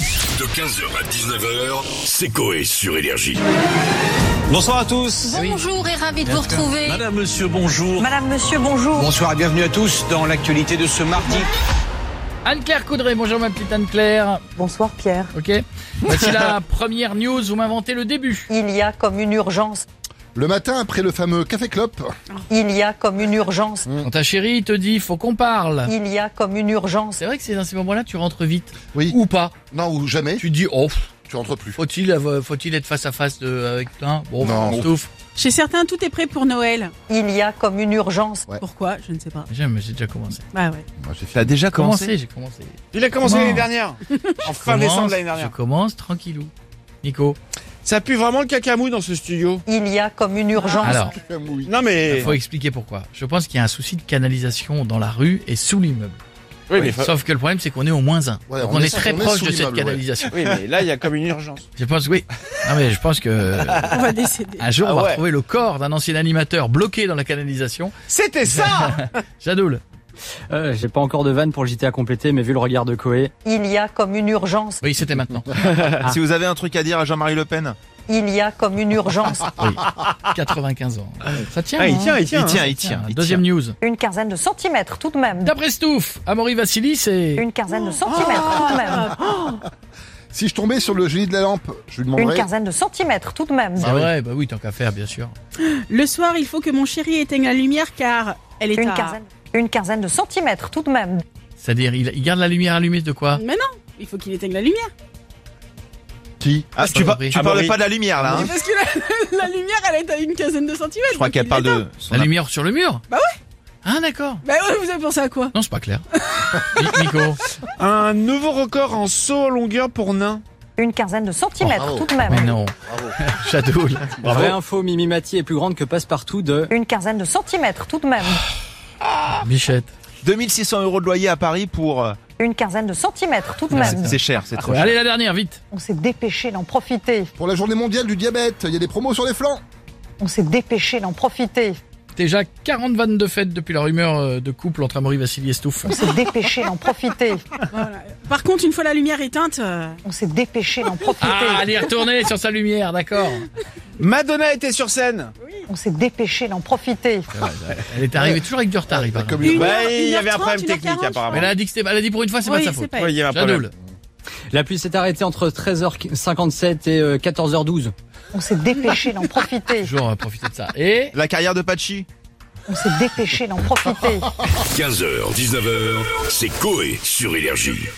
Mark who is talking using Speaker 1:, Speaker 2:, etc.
Speaker 1: De 15h à 19h, c'est Coé sur Énergie.
Speaker 2: Bonsoir à tous.
Speaker 3: Bonjour et ravi de vous retrouver.
Speaker 2: Madame, monsieur, bonjour.
Speaker 4: Madame, monsieur, bonjour.
Speaker 5: Bonsoir et bienvenue à tous dans l'actualité de ce mardi.
Speaker 6: Anne-Claire Coudray, bonjour ma petite Anne-Claire.
Speaker 4: Bonsoir, Pierre.
Speaker 6: Ok Voici la première news, vous m'inventez le début.
Speaker 4: Il y a comme une urgence.
Speaker 7: Le matin, après le fameux café clope,
Speaker 4: Il y a comme une urgence.
Speaker 6: Quand ta chérie te dit, faut qu'on parle.
Speaker 4: Il y a comme une urgence.
Speaker 6: C'est vrai que c'est dans ces moments-là, tu rentres vite.
Speaker 7: Oui.
Speaker 6: Ou pas.
Speaker 7: non ou jamais, tu,
Speaker 6: Tu te dis, oh,
Speaker 7: tu rentres plus.
Speaker 6: faut-il avoir- faut-il être face à face de, avec un Bon,
Speaker 7: Non.
Speaker 6: on souffle.
Speaker 8: Chez certains, tout est prêt pour Noël.
Speaker 4: Il y a comme une urgence.
Speaker 8: Pourquoi Je ne sais pas.
Speaker 6: J'aime, j'ai déjà commencé.
Speaker 8: Bah ouais.
Speaker 7: Moi, j'ai fait-
Speaker 2: T'as déjà commencé
Speaker 6: Commencé, j'ai commencé.
Speaker 9: Il a commencé
Speaker 6: Comment
Speaker 9: l'année dernière. En fin
Speaker 6: Commence,
Speaker 9: décembre de l'année
Speaker 6: Je
Speaker 9: dernière.
Speaker 6: commence tranquillou. Nico,
Speaker 9: Ça pue vraiment le cacamou dans ce studio.
Speaker 4: Il y a comme une urgence.
Speaker 6: alors,
Speaker 9: Non mais.
Speaker 6: il faut expliquer pourquoi. Je pense qu'il y a un souci de canalisation dans la rue et sous l'immeuble.
Speaker 9: Oui, mais, fa-
Speaker 6: Sauf que le problème, c'est qu'on est au moins un.
Speaker 7: Ouais,
Speaker 6: Donc
Speaker 7: on
Speaker 6: on,
Speaker 7: est
Speaker 6: est,
Speaker 7: sur-
Speaker 6: très
Speaker 7: on est
Speaker 6: proche
Speaker 7: sous
Speaker 6: de cette
Speaker 7: l'immeuble, ouais.
Speaker 6: canalisation.
Speaker 9: oui, mais là, il y a comme une urgence.
Speaker 6: Je pense, oui. Non, mais je pense que
Speaker 8: On va décéder.
Speaker 6: Un jour,
Speaker 9: Ah
Speaker 6: on va
Speaker 9: ouais.
Speaker 6: retrouver le corps d'un ancien animateur bloqué dans la canalisation.
Speaker 9: C'était ça
Speaker 6: Jadoul.
Speaker 10: Euh, J'ai pas encore de vanne pour le JT à compléter, mais vu le regard de Koé,
Speaker 4: Il y a comme une urgence.
Speaker 6: Oui, c'était maintenant.
Speaker 2: Si vous avez un truc à dire à Jean-Marie Le Pen,
Speaker 4: Il y a comme une urgence.
Speaker 6: 95 ans. Ça tient.
Speaker 9: Ah, il
Speaker 6: hein
Speaker 9: tient, il tient.
Speaker 2: il tient,
Speaker 9: hein.
Speaker 2: il tient. il
Speaker 6: Deuxième news.
Speaker 4: Une quinzaine de centimètres tout de même.
Speaker 6: D'après Stouff, Amaury Vassili, c'est...
Speaker 4: Une quinzaine de centimètres tout de
Speaker 6: Ah.
Speaker 4: même.
Speaker 7: Si je tombais sur le génie de la lampe, je lui
Speaker 4: Une
Speaker 7: demanderais.
Speaker 4: quinzaine de centimètres tout de même.
Speaker 6: C'est vrai, bah oui, tant qu'à faire, bien sûr.
Speaker 8: Le soir, il faut que mon chéri éteigne la lumière car elle est
Speaker 4: Une
Speaker 8: à-
Speaker 4: quinzaine. Une quinzaine de centimètres tout de même.
Speaker 6: C'est-à-dire, il, il garde la lumière allumée de quoi
Speaker 8: Mais non, il faut qu'il éteigne la lumière.
Speaker 7: Qui
Speaker 2: Ah,
Speaker 6: J'ai
Speaker 2: tu,
Speaker 6: pas
Speaker 2: par-
Speaker 6: compris.
Speaker 2: tu
Speaker 9: Ah,
Speaker 2: parles
Speaker 9: bah oui.
Speaker 2: pas de la lumière là. hein
Speaker 8: Mais Parce que la, la lumière, elle est à une quinzaine de centimètres.
Speaker 2: Je crois qu'elle parle de. son
Speaker 6: La lumière sur le mur
Speaker 8: Bah
Speaker 6: ouais. Ah d'accord.
Speaker 8: Bah ouais, vous avez pensé à quoi
Speaker 6: Non, c'est pas clair. Ni- Nico.
Speaker 9: Un nouveau record en saut en longueur pour nain.
Speaker 4: Une quinzaine de centimètres
Speaker 7: Bravo.
Speaker 4: tout de même.
Speaker 6: Mais non. Jadoul.
Speaker 10: vraie info, Mimi Mati est plus grande que Passepartout de...
Speaker 4: Une quinzaine de centimètres tout de même.
Speaker 6: Bichette.
Speaker 2: 2600 euros de loyer à Paris pour. euh,
Speaker 4: Une quinzaine de centimètres tout de même.
Speaker 2: C'est cher,
Speaker 9: Ah,
Speaker 2: c'est trop cher.
Speaker 6: Allez, la dernière, vite.
Speaker 4: On s'est dépêché d'en profiter.
Speaker 7: Pour la journée mondiale du diabète, il y a des promos sur les flancs.
Speaker 4: On s'est dépêché d'en profiter.
Speaker 6: Déjà 40 vannes de fête depuis la rumeur euh, de couple entre Amaury Vassili et Stouff.
Speaker 4: On s'est dépêché d'en profiter.
Speaker 8: Voilà. Par contre, une fois la lumière éteinte, euh,
Speaker 4: On s'est dépêché d'en profiter.
Speaker 6: Ah, allez, retourner sur sa lumière, d'accord.
Speaker 9: Madonna était sur scène.
Speaker 4: On s'est dépêché d'en profiter.
Speaker 6: Elle est arrivée toujours avec du retard, il paraît.
Speaker 7: Comme
Speaker 8: une
Speaker 9: Bah,
Speaker 8: heure,
Speaker 9: il y
Speaker 8: une
Speaker 9: avait un
Speaker 8: heure
Speaker 9: problème
Speaker 8: trente,
Speaker 9: technique,
Speaker 8: une heure quarante,
Speaker 9: apparemment.
Speaker 6: Mais elle a dit, que c'était- elle a dit pour une fois, Ah, c'est pas de
Speaker 8: oui,
Speaker 6: sa
Speaker 8: c'est
Speaker 6: faute.
Speaker 8: pas
Speaker 9: Oui, il y avait un problème.
Speaker 6: Jadoul.
Speaker 10: La pluie s'est arrêtée entre 13h57 et euh, 14h12.
Speaker 4: On s'est dépêché d'en profiter.
Speaker 6: Toujours euh, profiter de ça. Et
Speaker 2: La carrière de Pachi.
Speaker 4: On s'est dépêché d'en profiter.
Speaker 1: 15h, 19h, c'est Coé sur Énergie.